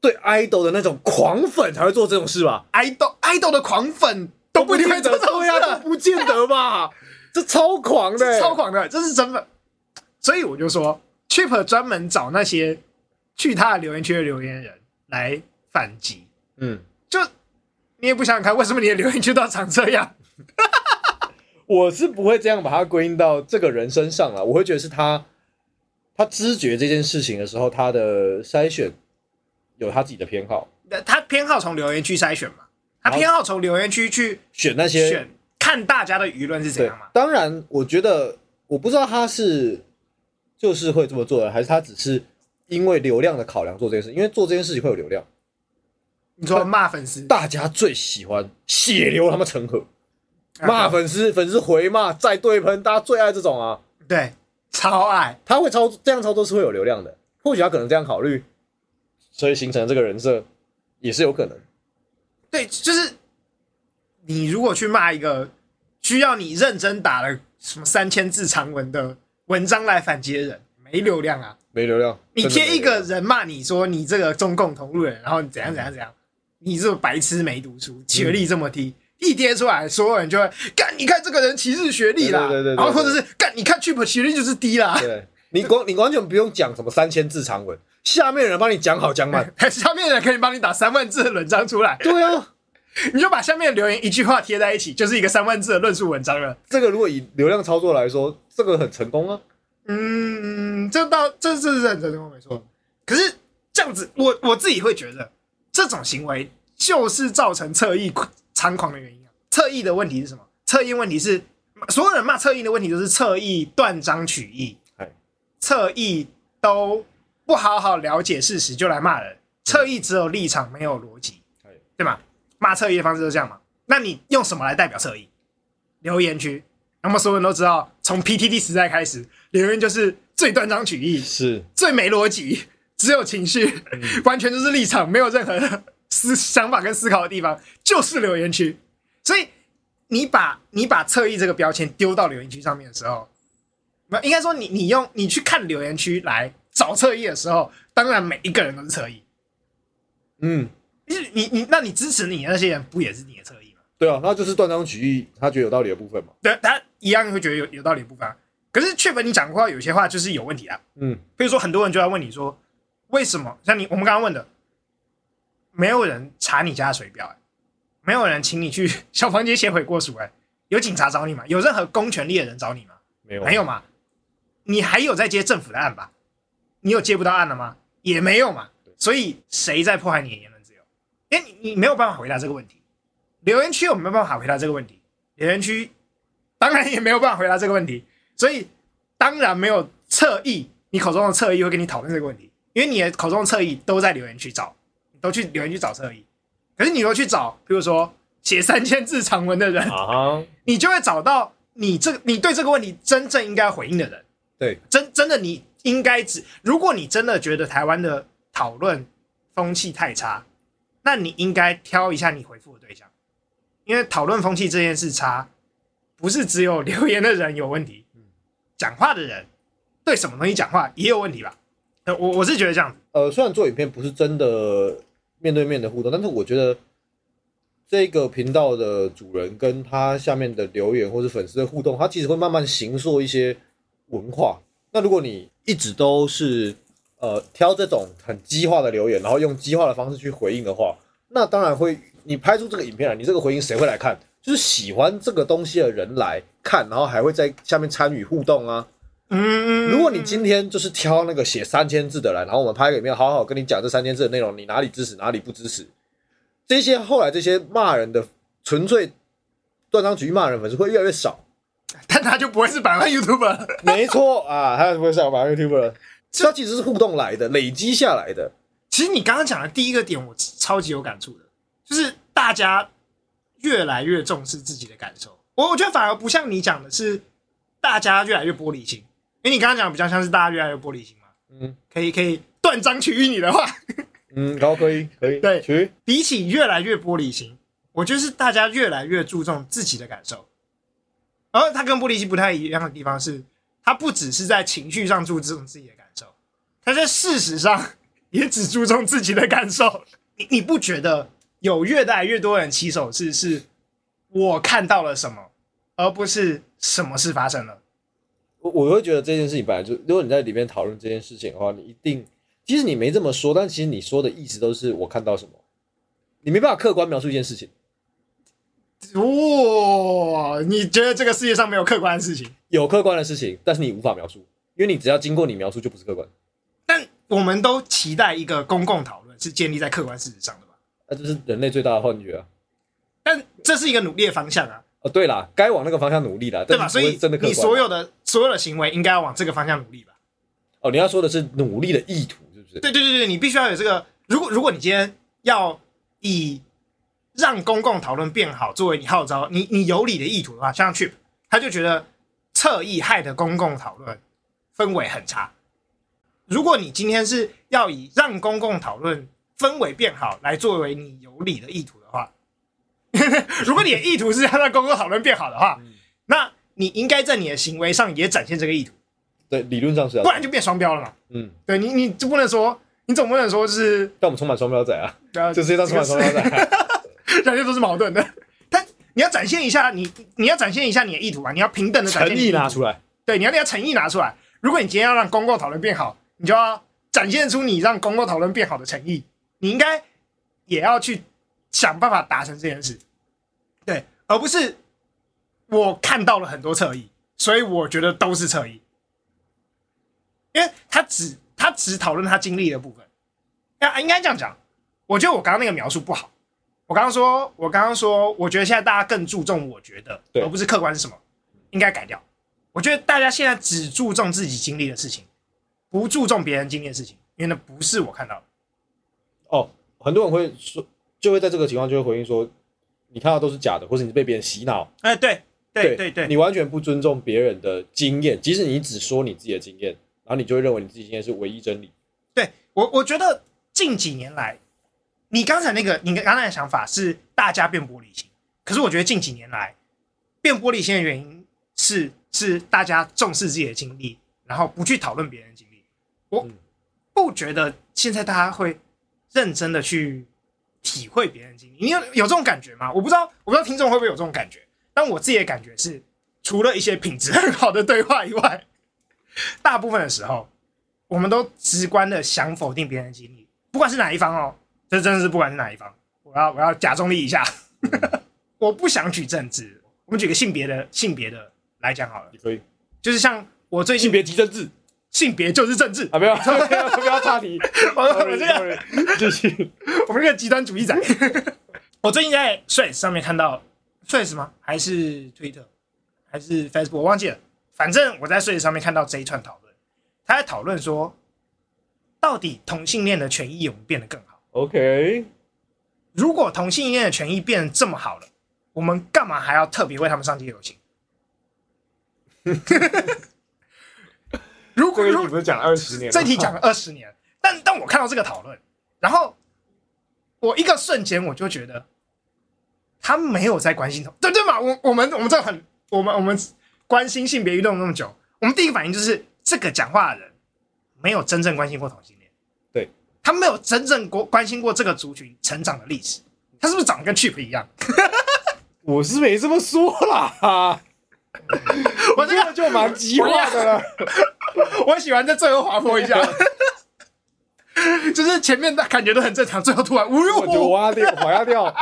S2: 对 idol 的那种狂粉才会做这种事吧？
S1: 爱豆爱豆的狂粉都不一定会做这种事
S2: 对呀、
S1: 啊
S2: 都不见得吧？这超狂的、欸
S1: 这超狂的，这是真的。所以我就说，Chip 专门找那些去他的留言区的留言人来反击。
S2: 嗯，
S1: 就你也不想想看，为什么你的留言区都要长这样？
S2: 我是不会这样把它归因到这个人身上了，我会觉得是他他知觉这件事情的时候，他的筛选有他自己的偏好，
S1: 他偏好从留言区筛选嘛，他
S2: 好
S1: 偏好从留言区去
S2: 选那些
S1: 选，看大家的舆论是怎
S2: 对
S1: 样嘛。，啊
S2: 当然，我觉得我不知道他是就是会这么做的，还是他只是因为流量的考量做这件事，因为做这件事情会有流量，
S1: 你说骂粉丝，
S2: 大家最喜欢血流他妈成河，
S1: 啊
S2: 骂粉丝，粉丝回骂再对喷，大家最爱这种啊，
S1: 对，超爱。
S2: 他会操这样操作是会有流量的，或许他可能这样考虑，所以形成了这个人设也是有可能。
S1: 对，就是你如果去骂一个需要你认真打了什么三千字长文的文章来反击的人，没流量啊。
S2: 没流量，
S1: 你
S2: 真的没
S1: 贴一
S2: 流
S1: 个
S2: 量
S1: 人骂你说你这个中共同路人，然后你怎样怎样怎样，你这个白痴没读书，学
S2: 嗯
S1: 历这么低，一贴出来，所有人就会干，你看这个人歧视学历啦，
S2: 对对对对对
S1: 然后或者是干，你看 Chip 学历就是低啦，
S2: 对你光你完全不用讲什么三千字长文，下面的人帮你讲好 讲满。
S1: 下面的人可以帮你打三万字的文章出来，
S2: 对啊，
S1: 你就把下面的留言一句话贴在一起，就是一个三万字的论述文章了。
S2: 这个如果以流量操作来说，这个很成功啊。
S1: 嗯，这倒这这是很成功，没错。可是这样子，我我自己会觉得，这种行为就是造成侧翼猖狂的原因啊。侧翼的问题是什么？侧翼问题是所有人骂侧翼的问题，就是侧翼断章取义
S2: 哎，
S1: 侧翼都不好好了解事实就来骂人，侧翼只有立场没有逻辑
S2: 嗯哎，
S1: 对吗？骂侧翼的方式就是这样嘛。那你用什么来代表侧翼？留言区，那么所有人都知道，从 PTT 时代开始，留言就是最断章取义、
S2: 是，
S1: 最没逻辑，只有情绪，完全就是立场，没有任何的思想法跟思考的地方，就是留言区。所以你把你把侧翼这个标签丢到留言区上面的时候，那应该说你你用你去看留言区来找侧翼的时候，当然每一个人都是侧翼，
S2: 嗯，
S1: 你你你，那你支持你的那些人不也是你的侧翼吗？
S2: 对啊，那就是断章取义，他觉得有道理的部分嘛。
S1: 对，他一样会觉得有有道理的部分啊。可是确本你讲过话有些话就是有问题啊，
S2: 嗯，
S1: 比如说很多人就在问你说，为什么像你我们刚刚问的，没有人查你家的水表、欸，没有人请你去 消防街写悔过书、欸，有警察找你吗？有任何公权力的人找你吗？
S2: 没有，啊
S1: 没有嘛？你还有在接政府的案吧？你有接不到案了吗？也没有嘛。所以谁在迫害你的言论自由？因为你你没有办法回答这个问题。留言区有没有办法回答这个问题？留言区当然也没有办法回答这个问题。所以当然没有侧翼，你口中的侧翼会跟你讨论这个问题，因为你的口中的侧翼都在留言区找，你都去留言区找侧翼。可是你如果去找，比如说写三千字长文的人，
S2: 啊哈，
S1: 你就会找到你这个你对这个问题真正应该回应的人。
S2: 对，
S1: 真真的你应该只，如果你真的觉得台湾的讨论风气太差，那你应该挑一下你回复的对象，因为讨论风气这件事差，不是只有留言的人有问题，讲话的人对什么东西讲话也有问题吧？呃我我是觉得这样子，
S2: 呃，虽然做影片不是真的面对面的互动，但是我觉得这个频道的主人跟他下面的留言或是粉丝的互动，他其实会慢慢形塑一些文化。那如果你一直都是呃挑这种很激化的留言，然后用激化的方式去回应的话，那当然会，你拍出这个影片来，你这个回应谁会来看？就是喜欢这个东西的人来看，然后还会在下面参与互动啊。
S1: 嗯，
S2: 如果你今天就是挑那个写三千字的来，然后我们拍个影片，好好跟你讲这三千字的内容，你哪里支持，哪里不支持，这些后来这些骂人的纯粹断章取义骂人粉丝会越来越少。
S1: 但他就不会是百万 YouTuber 了。
S2: 没错啊，他不会上榜 YouTube 了，所以它其实是互动来的，累积下来的。
S1: 其实你刚刚讲的第一个点，我超级有感触的，就是大家越来越重视自己的感受。我我觉得反而不像你讲的是，大家越来越玻璃心。因为你刚刚讲的比较像是大家越来越玻璃心嘛，
S2: 嗯
S1: 可以可以断章取义你的话，
S2: 嗯，好，可以可以，
S1: 对
S2: 去
S1: 比起越来越玻璃心，我觉得是大家越来越注重自己的感受。而他跟玻璃心不太一样的地方是，他不只是在情绪上注重自己的感受，他在事实上也只注重自己的感受。你你不觉得有越来越多人起手是是我看到了什么，而不是什么事发生了？
S2: 我我会觉得这件事情本来就，如果你在里面讨论这件事情的话，你一定，即使你没这么说，但其实你说的意思都是我看到什么，你没办法客观描述一件事情。
S1: 哦，你觉得这个世界上没有客观的事情？
S2: 有客观的事情，但是你无法描述，因为你只要经过你描述就不是客观，
S1: 但我们都期待一个公共讨论是建立在客观事实上的吧？
S2: 那、这是人类最大的幻觉啊！
S1: 但这是一个努力的方向啊，
S2: 哦，对啦，该往那个方向努力啦，
S1: 对吧？
S2: 但是
S1: 所
S2: 不
S1: 以
S2: 会真的客
S1: 你
S2: 观。啊
S1: 所有的所有的行为应该要往这个方向努力吧？
S2: 哦，你要说的是努力的意图，是不是？
S1: 对对对对，你必须要有这个。如果如果你今天要以让公共讨论变好作为你号召，你你有理的意图的话，像 Chip 他就觉得侧翼害的公共讨论氛围很差。如果你今天是要以让公共讨论氛围变好来作为你有理的意图的话， 如果你的意图是要让公共讨论变好的话，那你应该在你的行为上也展现这个意图，
S2: 对，理论上是要
S1: 不。然就变双标了嘛。
S2: 嗯，
S1: 对你，你就不能说，你总不能说就是
S2: 但我们充满双标仔啊，
S1: 呃，
S2: 这世界上充 满双标仔啊、
S1: 两件都是矛盾的。但你要展现一下你，你要展现一下你的意图啊，你要平等的展现
S2: 诚
S1: 你的
S2: 意
S1: 意图
S2: 拿出来。
S1: 对，你要你要诚意拿出来。如果你今天要让公共讨论变好，你就要展现出你让公共讨论变好的诚意。你应该也要去想办法达成这件事，对，而不是我看到了很多侧翼，所以我觉得都是侧翼，因为他只他只讨论他经历的部分。啊，应该这样讲，我觉得我刚刚那个描述不好。我刚刚说，我刚刚说，我觉得现在大家更注重我觉得，
S2: 对
S1: 而不是客观是什么，应该改掉。我觉得大家现在只注重自己经历的事情，不注重别人经历的事情，因为那不是我看到的。
S2: 哦，很多人会说，就会在这个情况就会回应说，你看到都是假的，或者你被别人洗脑。
S1: 哎、对对对对，
S2: 你完全不尊重别人的经验，即使你只说你自己的经验，然后你就会认为你自己经验是唯一真理。
S1: 对我我觉得近几年来，你刚才那个你刚才的想法是大家变玻璃心，可是我觉得近几年来变玻璃心的原因是是大家重视自己的经历，然后不去讨论别人的经历。我
S2: 嗯
S1: 不觉得现在大家会认真的去体会别人的经历，你有有这种感觉吗？我不知道，我不知道听众会不会有这种感觉，但我自己的感觉是，除了一些品质很好的对话以外，大部分的时候。我们都直观的想否定别人的经历，不管是哪一方哦，这真的是不管是哪一方，我要我要假中立一下， 我不想举政治，我们举个性别的性别的来讲好了，
S2: 你可以
S1: 就是像我最近
S2: 性别提政治
S1: 性别就是政 治，
S2: 啊，不要不要不要岔题，
S1: 我
S2: 哦
S1: 我这个
S2: Sorry，sorry，继续。
S1: 我们这个极端主义仔， 我最近在 t r e s 上面看到 t r e s 吗？还是 Twitter 还是 Facebook？我忘记了，反正我在 t r e s 上面看到这一串讨论，他在讨论说，到底同性恋的权益有没有变得更好？
S2: OK，
S1: 如果同性恋的权益变得这么好了，我们干嘛还要特别为他们上街游 行？如果如
S2: 不是讲二十年
S1: 这题讲了二十年，但但我看到这个讨论，然后我一个瞬间我就觉得他没有在关心同，对对嘛？我我们我们这很我们我们关心性别运动那么久，我们第一个反应就是这个讲话的人没有真正关心过同性恋，
S2: 对
S1: 他没有真正过关心过这个族群成长的历史，他是不是长得跟 Chip 一样？
S2: 我是没这么说啦，
S1: 我这个
S2: 就蛮激化的了。
S1: 我喜欢在最后滑坡一下， 就是前面大感觉都很正常，最后突然，呜、
S2: 我就挖掉，划掉。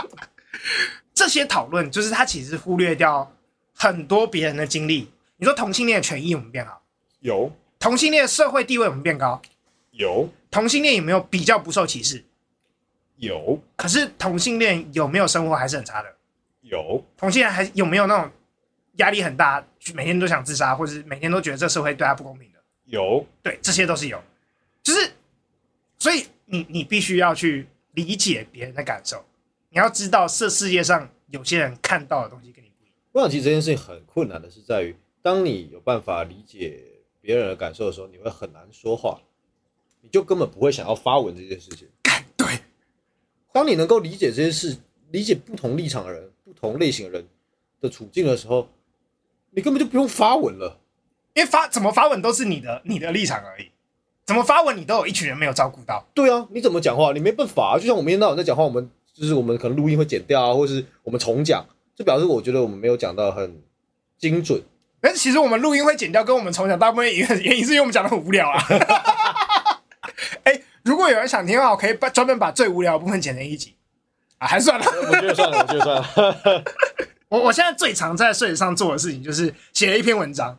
S1: 这些讨论就是他其实忽略掉很多别人的经历。你说同性恋的权益我们变好，
S2: 有
S1: 同性恋的社会地位我们变高，
S2: 有
S1: 同性恋有没有比较不受歧视？
S2: 有
S1: 可是同性恋有没有生活还是很差的？
S2: 有
S1: 同性恋还有没有那种压力很大，每天都想自杀，或者是每天都觉得这社会对他不公平的？
S2: 有，
S1: 对，这些都是有，就是，所以你你必须要去理解别人的感受，你要知道这世界上有些人看到的东西跟你不一样。
S2: 我想其实这件事情很困难的是在于，当你有办法理解别人的感受的时候，你会很难说话，你就根本不会想要发文这件事情。
S1: 干对，
S2: 当你能够理解这些事，理解不同立场的人、不同类型的人的处境的时候，你根本就不用发文了。
S1: 因为发怎么发文都是你的你的立场而已，怎么发文你都有一群人没有照顾到。
S2: 对啊，你怎么讲话？你没办法、啊。就像我们一天到晚在讲话，我们就是我们可能录音会剪掉啊，或是我们重讲，这表示我觉得我们没有讲到很精准。
S1: 但是其实我们录音会剪掉，跟我们重讲大部分原因原因是因为我们讲的很无聊啊。 哎、如果有人想听的话，我可以把专门把最无聊的部分剪成一集啊，还算了。
S2: 我觉得算了，我觉得算了。
S1: 我我现在最常在睡上做的事情就是写了一篇文章，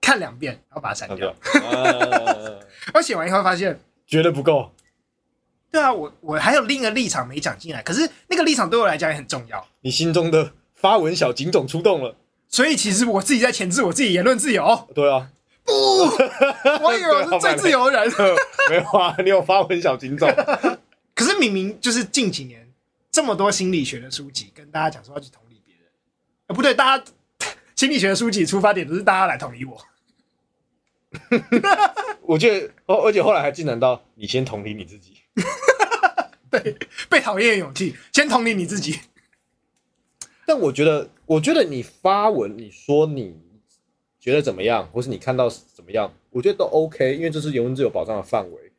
S1: 看两遍，然后把它删
S2: 不
S1: 掉
S2: 要。，呃
S1: 我写完以后发现，
S2: 觉得不够。
S1: 对啊，我我还有另一个立场没讲进来，可是那个立场对我来讲也很重要。
S2: 你心中的发文小警种出动了。
S1: 所以其实我自己在钳制我自己言论自 由，
S2: 对啊，
S1: 我以为我是最自由的人，
S2: 没有啊，你有发文小警种。
S1: 可是明明就是近几年这么多心理学的书籍跟大家讲说要去同理别人，呃，不对，大家 心理学的书籍出发点都是大家来同理我，
S2: 我觉得，哦而且后来还进展到你先同理你自己。
S1: 被讨厌的勇气，先同理你自己。
S2: 但我觉得，我觉得你发文，你说你觉得怎么样，或是你看到怎么样，我觉得都 OK，因为这是言论自由保障的范围。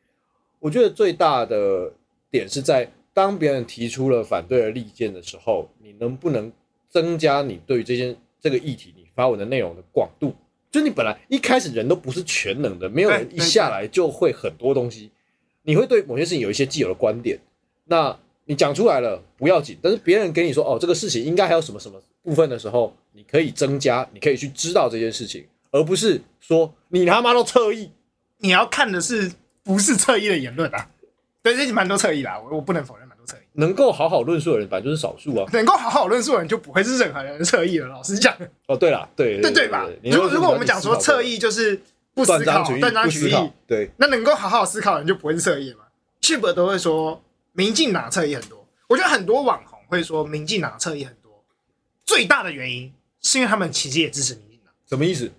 S2: 我觉得最大的点是在当别人提出了反对的意见的时候，你能不能增加你对于这件这个议题你发文的内容的广度？就你本来一开始人都不是全能的，没有人
S1: 对
S2: 一
S1: 对
S2: 下来就会很多东西，你会对某些事情有一些既有的观点。那你讲出来了不要紧，但是别人给你说哦这个事情应该还有什么什么部分的时候，你可以增加，你可以去知道这件事情，而不是说你他妈都侧翼。
S1: 你要看的是不是侧翼的言论啊？对，这蛮多侧翼啦，啊我我不能否认蛮多侧翼。
S2: 能够好好论述的人，本来就是少数啊。
S1: 能够好好论述的人，就不会是任何人的侧翼了。老实讲，
S2: 哦，对了，对
S1: 对
S2: 对
S1: 对吧？
S2: 你
S1: 如果如果我们
S2: 你
S1: 讲说侧翼就是不思
S2: 断章
S1: 考、
S2: 取义，
S1: 断章
S2: 不
S1: 取
S2: 思
S1: 义
S2: 考，，对，
S1: 那能够好好思考的人就不会是侧翼嘛？去伯都会说民进党侧翼很多，我觉得很多网红会说民进党侧翼很多，最大的原因是因为他们其实也支持民进党，
S2: 什么意思？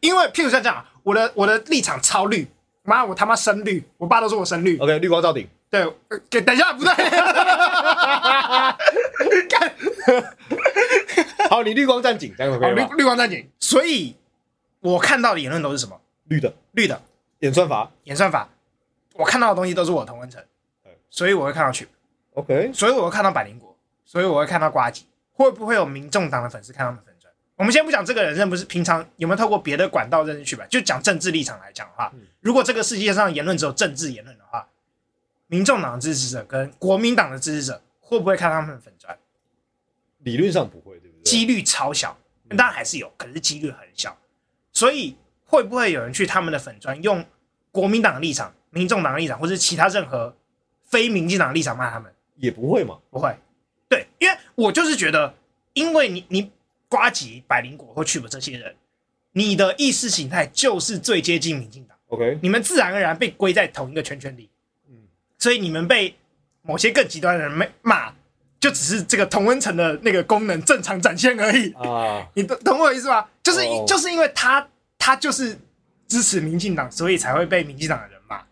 S1: 因为譬如像这样，啊我的我的立场超绿，妈我他妈深绿，我爸都说我深绿，
S2: OK，绿光照顶，
S1: 对，呃给等一下不对， 干
S2: 好，你绿光站警，这样可
S1: 哦
S2: 以
S1: 绿
S2: 吗？
S1: 绿光战警，所以我看到的言论都是什么
S2: 绿的
S1: 绿的。
S2: 演算法
S1: 演算法，我看到的东西都是我的同温层
S2: 嗯，
S1: 所以我会看到去，
S2: ，OK，
S1: 所以我会看到百灵果，所以我会看到瓜吉，会不会有民众党的粉丝看他们粉砖？我们先不讲这个人认不是平常有没有透过别的管道认识去吧，就讲政治立场来讲的话
S2: 嗯，
S1: 如果这个世界上言论只有政治言论的话，民众党的支持者跟国民党的支持者会不会看他们的粉砖？
S2: 理论上不会，对不对？
S1: 几率超小，
S2: 嗯
S1: 当然还是有，可是几率很小。所以会不会有人去他们的粉砖用国民党的立场、民众党的立场，或是其他任何非民进党的立场骂他们？
S2: 也不会嘛，
S1: 不会，对，因为我就是觉得，因为你你瓜吉、百灵果或去不这些人，你的意识形态就是最接近民进党，
S2: ，OK，
S1: 你们自然而然被归在同一个圈圈里，
S2: 嗯，
S1: 所以你们被某些更极端的人骂，就只是这个同温层的那个功能正常展现而已。
S2: 啊，
S1: 你懂懂我意思吧？就是、
S2: 哦
S1: 就是因为他他就是支持民进党，所以才会被民进党的人骂。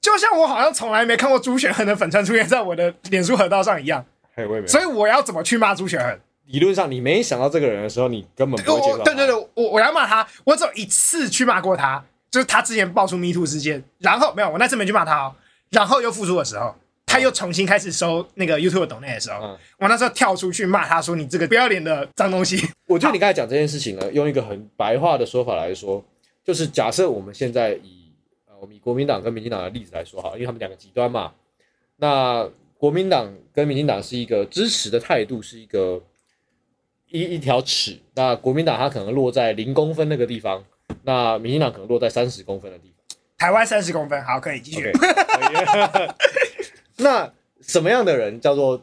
S1: 就像我好像从来没看过朱雪恒的粉砖出现在我的脸书河道上一样，
S2: 还有没有？
S1: 所以我要怎么去骂朱雪恒？
S2: 理论上你没想到这个人的时候，你根本不
S1: 我
S2: 会接
S1: 我
S2: 受他。
S1: 对对对，我我要骂他，我只有一次去骂过他，就是他之前爆出 Me Too 事件，然后没有，我那次没去骂他哦，然后又复出的时候，他又重新开始收那个 YouTube 的抖内的时候，
S2: 嗯
S1: 我那时候跳出去骂他说你这个不要脸的脏东西，
S2: 我觉得你刚才讲这件事情呢，用一个很白话的说法来说，就是假设我们现在以呃我们以国民党跟民进党的例子来说哈，因为他们两个极端嘛，那国民党跟民进党是一个支持的态度是一个一一条尺，那国民党它可能落在零公分那个地方，那民进党可能落在三十公分的地方。
S1: 台湾三十公分，好，可以继续。
S2: OK，可以那什么样的人叫做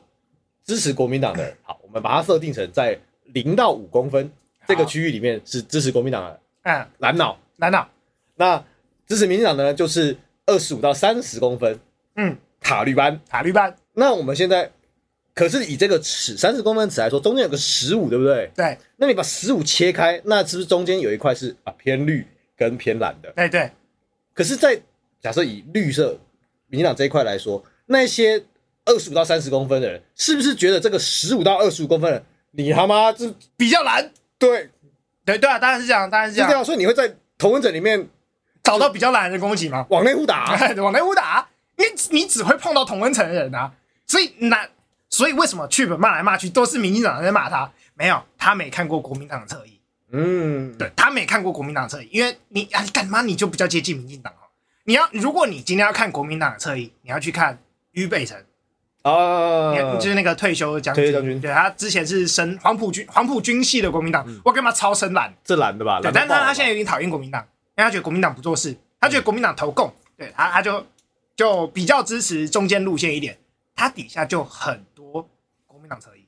S2: 支持国民党的人？好，我们把它设定成在零到五公分这个区域里面是支持国民党的
S1: 嗯，
S2: 蓝脑，
S1: 难道？
S2: 那支持民进党的呢就是二十五到三十公分
S1: 嗯，
S2: 塔绿班。
S1: 塔利班，
S2: 那我们现在可是以这个尺三十公分的尺来说，中间有个十五，对不对？
S1: 对
S2: 那你把十五切开，那是不是中间有一块是啊偏绿跟偏蓝的？
S1: 对对，
S2: 可是在，假设以绿色民进党这一块来说，那些二十五到三十公分的人，是不是觉得这个十五到二十五公分的人，你他妈这
S1: 比较难。
S2: 对
S1: 对对啊，当然是这样，当然是
S2: 是
S1: 这
S2: 这
S1: 样，
S2: 样？所以你会在同温者里面
S1: 找到比较难的攻击嘛，
S2: 往内互打，啊
S1: 往内屋打，因为你只会碰到同温层的人啊，所以难，所以为什么剧本骂来骂去都是民进党在骂他？没有，他没看过国民党的侧翼，
S2: 嗯，
S1: 对他没看过国民党的侧翼，因为你啊，干嘛你就比较接近民进党哦。你要如果你今天要看国民党的侧翼，你要去看于北辰，
S2: 啊
S1: 你，看就是那个退休的将
S2: 退
S1: 军，
S2: 休将军嗯
S1: 对他之前是深黄埔军黄埔军系的国民党，我干嘛超深蓝？
S2: 这蓝的吧？
S1: 对，
S2: 蓝
S1: 但是
S2: 到爆了吧
S1: 他现在有点讨厌国民党，因为他觉得国民党不做事，他觉得国民党投共，对他他就就比较支持中间路线一点，他底下就很多国民党侧翼，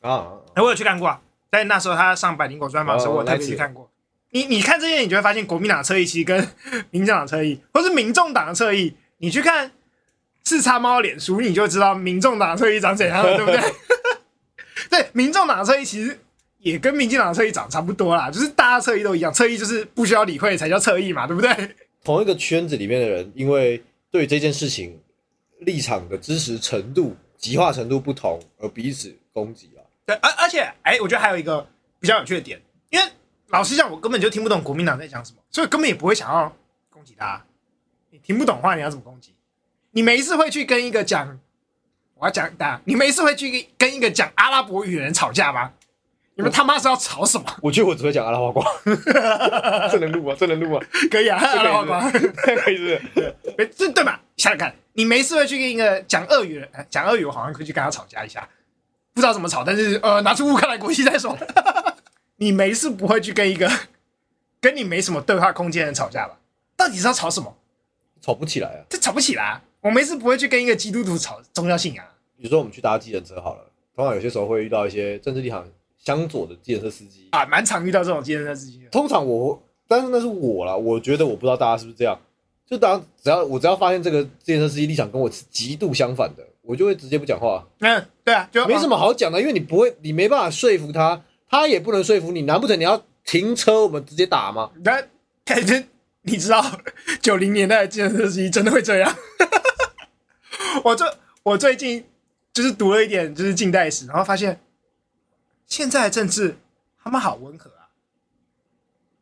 S2: 啊啊，啊
S1: 哎我有去看过啊，在那时候他上百灵果专访的时候，
S2: 哦
S1: 我特
S2: 那
S1: 别
S2: 一次
S1: 去看过。你你看这些，你就会发现国民党的侧翼其实跟 民进党的侧翼，或是民众党的侧翼，你去看四叉猫的脸书，你就知道民众党的侧翼长怎样了，对不对？ 对，民众党的侧翼其实也跟民进党的侧翼长差不多啦，就是大家侧翼都一样，侧翼就是不需要理会才叫侧翼嘛，对不对？
S2: 同一个圈子里面的人，因为对这件事情立场的支持程度、极化程度不同，而彼此攻击啊。
S1: 对，而而且，哎、我觉得还有一个比较有趣的点，因为老实讲，我根本就听不懂国民党在讲什么，所以根本也不会想要攻击他。你听不懂的话，你要怎么攻击？你没事会去跟一个讲，我要讲大，你没事会去跟一个讲阿拉伯语的人吵架吗？你们他妈是要吵什么？
S2: 我觉得我只会讲阿拉花瓜，这能录吗？ 这能录吗？
S1: 可以啊，阿拉伯吗？
S2: 这可以是不是。
S1: 哎这对嘛？想想看，你没事会去跟一个讲俄语的人，哎讲俄语，我好像会去跟他吵架一下，不知道怎么吵，但是呃，拿出乌克兰国旗再说。 你没事不会去跟一个跟你没什么对话空间的人吵架吧？到底是要吵什么？
S2: 吵不起来啊。
S1: 这吵不起来啊、我没事不会去跟一个基督徒吵宗教信仰啊。
S2: 比如说我们去搭计程车好了，通常有些时候会遇到一些政治立场相左的计程车司机。
S1: 啊，蛮常遇到这种今天的事情的。
S2: 通常我，但是那是我啦，我觉得我不知道大家是不是这样。就当只要我只要发现这个计程车司机立场跟我是极度相反的，我就会直接不讲话，
S1: 嗯，对啊，就
S2: 没什么好讲的，因为你不会，你没办法说服他，他也不能说服你，难不成你要停车我们直接打吗？
S1: 那感觉你知道，九零年代的计程车司机真的会这样。 我最我最近就是读了一点就是近代史，然后发现现在的政治他们好温和啊，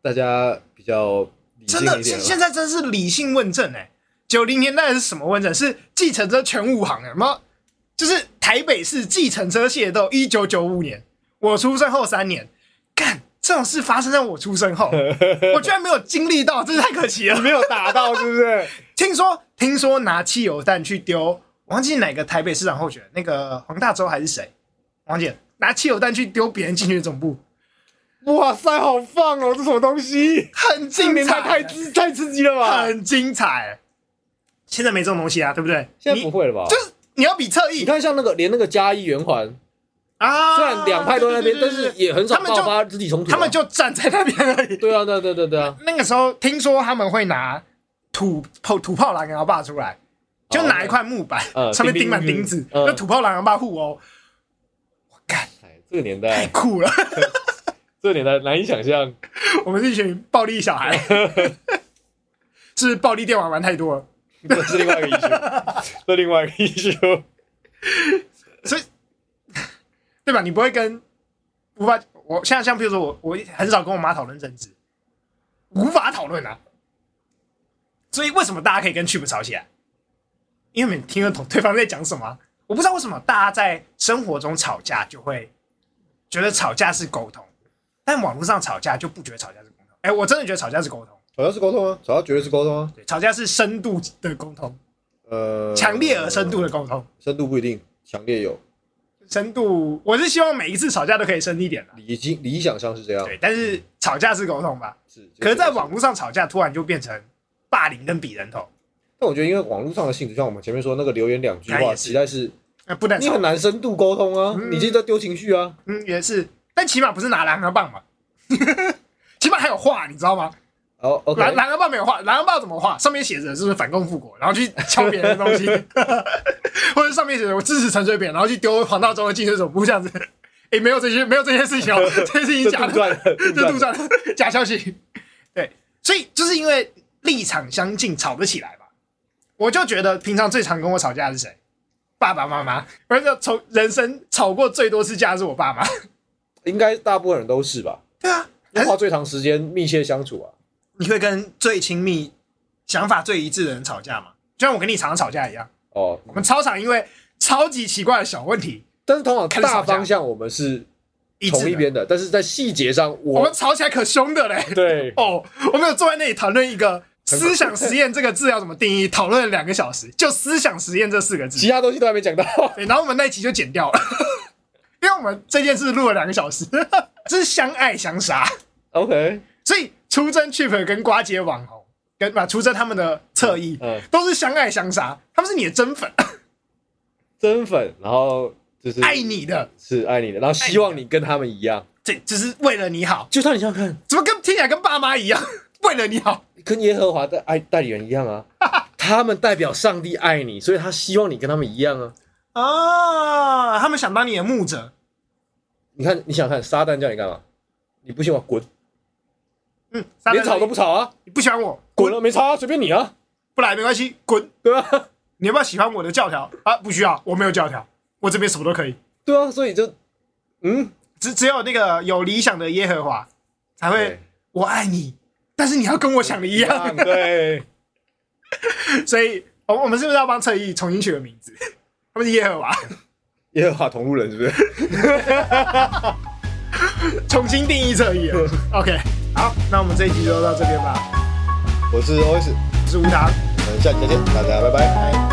S2: 大家比较理性
S1: 真
S2: 一
S1: 的现
S2: 点啊啦
S1: 现在真是理性问政哎、九零年代是什么问政？是计程车全武行的，什么就是台北市计程车械斗，一九九五年，我出生后三年，干这种事发生在我出生 后，我居然没有经历到，真是太可惜了。
S2: 没有打到，是不 是？
S1: 听说听说拿汽油弹去丢，我忘记哪个台北市长候选人，那个黄大洲还是谁，王姐拿汽油弹去丢别人进去的总部，
S2: 哇塞，好放哦，这什么东西？
S1: 很
S2: 这
S1: 精
S2: 年代
S1: 彩，
S2: 太刺太刺激了吧？
S1: 很精彩。现在没这种东西啊，对不对？
S2: 现在不
S1: 你
S2: 会了吧？
S1: 就是你要比侧
S2: 你
S1: 翼
S2: 看，像那个连那个嘉义圆环，
S1: 啊，
S2: 虽然两派都在那边，
S1: 对
S2: 但
S1: 对对
S2: 是也很少
S1: 他们
S2: 爆
S1: 就
S2: 发肢体冲突啊。
S1: 他们就站在那边而已。
S2: 对啊，对啊对啊对啊对啊，
S1: 那个时候听说他们会拿土炮土炮狼牙棒出来，就拿一块木板、
S2: 呃
S1: 上面
S2: 钉
S1: 钉满
S2: 钉
S1: 钉子，
S2: 嗯
S1: 就土炮狼牙棒互殴，我干
S2: 哎，这个年
S1: 太
S2: 代，
S1: 酷了。
S2: 这个年代难以想象。
S1: 我们是一群暴力小孩， 是不是暴力电玩玩太多了，
S2: 这是另外一个艺术， 这是另外一个艺术。
S1: 对吧？你不会跟无法，我像像比如说我，我很少跟我妈讨论政治，无法讨论啊。所以为什么大家可以跟去不吵起来？因为你听得懂对方在讲什么啊。我不知道为什么大家在生活中吵架就会觉得吵架是沟通，但网络上吵架就不觉得吵架是沟通。哎，我真的觉得吵架是沟通，
S2: 吵架是沟通啊，吵架绝对是沟通啊。
S1: 对，吵架是深度的沟通。
S2: 呃，
S1: 强烈而深度的沟通，
S2: 深度不一定，强烈有
S1: 深度我是希望每一次吵架都可以深一点的，
S2: 理经理想上是这样，
S1: 对，但是吵架是沟通吧，
S2: 是。
S1: 可是，在网络上吵架突然就变成霸凌跟比人头，
S2: 但我觉得因为网络上的性质，像我们前面说那个留言两句
S1: 那
S2: 话，
S1: 也是
S2: 实在是
S1: 那呃不能
S2: 你
S1: 吵
S2: 很，难深度沟通啊，
S1: 嗯
S2: 你就在丢情绪啊。
S1: 嗯，也是，但起码不是拿狼人棒嘛， 起码还有话，你知道吗？
S2: 哦，OK，
S1: 狼狼人棒没有画，狼人棒怎么画？上面写着就是反共复国，然后去敲别人的 东西，或者上面写着我支持陈水扁，然后去丢黄道周的进水总部这样子。诶，没有这些，没有这些事情 哦，这些事情
S2: 这
S1: 假
S2: 杜
S1: 的，
S2: 撰 的，杜
S1: 这杜
S2: 撰的，
S1: 撰的假消息。对，所以就是因为立场相近，吵得起来嘛。我就觉得平常最常跟我吵架的是谁？爸爸妈妈。我就从人生吵过最多次架的是我爸妈。
S2: 应该大部分人都是吧？
S1: 对啊，还是
S2: 花最长时间密切相处啊，
S1: 你会跟最亲密、想法最一致的人吵架吗？就像我跟你常常吵架一样，
S2: 哦，
S1: 我们超常因为超级奇怪的小问题
S2: 但是通常
S1: 开始吵
S2: 大
S1: 架
S2: 方向我们是
S1: 一致
S2: 同
S1: 的
S2: 一，边的，但是在细节上
S1: 我
S2: 我
S1: 们吵起来可凶的嘞。
S2: 对
S1: 哦，我们有坐在那里讨论一个“思想实验”这个字要怎么定义，讨论了两个小时，就“思想实验”这四个字
S2: 其。他东西都还没讲到，
S1: 对，然后我们那一集就剪掉了， 因为我们这件事录了两个小时，这是相爱相杀。
S2: OK，
S1: 所以出征 Chip 跟瓜姐网红跟把出征他们的侧翼、
S2: 嗯，
S1: 都是相爱相杀，他们是你的真粉，
S2: 真粉，然后就是
S1: 爱你的，
S2: 是爱你的，然后希望你跟他们一样，
S1: 这只是为了你好，
S2: 就像你想想看，
S1: 怎么跟听起来跟爸妈一样，为了你好。
S2: 跟耶和华的爱代理人一样 啊，他们代表上帝爱你，所以他希望你跟他们一样啊。
S1: 啊，他们想当你的牧者，
S2: 你看，你想看撒旦叫你干嘛？你不信我滚，
S1: 嗯，
S2: 连吵都不
S1: 不
S2: 吵啊，
S1: 你不喜欢我，
S2: 滚了没差啊，随便你啊，
S1: 不来没关系，滚。
S2: 对啊，
S1: 你要不要喜欢我的教条啊？不需要，我没有教条，我这边什么都可以，
S2: 对啊，所以就嗯，
S1: 只只有那个有理想的耶和华才会
S2: 对，
S1: 我爱你，但是你要跟我想的一
S2: 一
S1: 样
S2: 样，。对，啊
S1: 所以，我我们是不是要帮侧翼重新取个名字？ 他们是耶和华，
S2: 耶和华同路人是不是？
S1: 重新定义侧翼了。OK，好，那我们这一集就到这边吧。
S2: 我是 OS，
S1: 我是吴糖。
S2: 我们下期再见，大家拜拜。
S1: 拜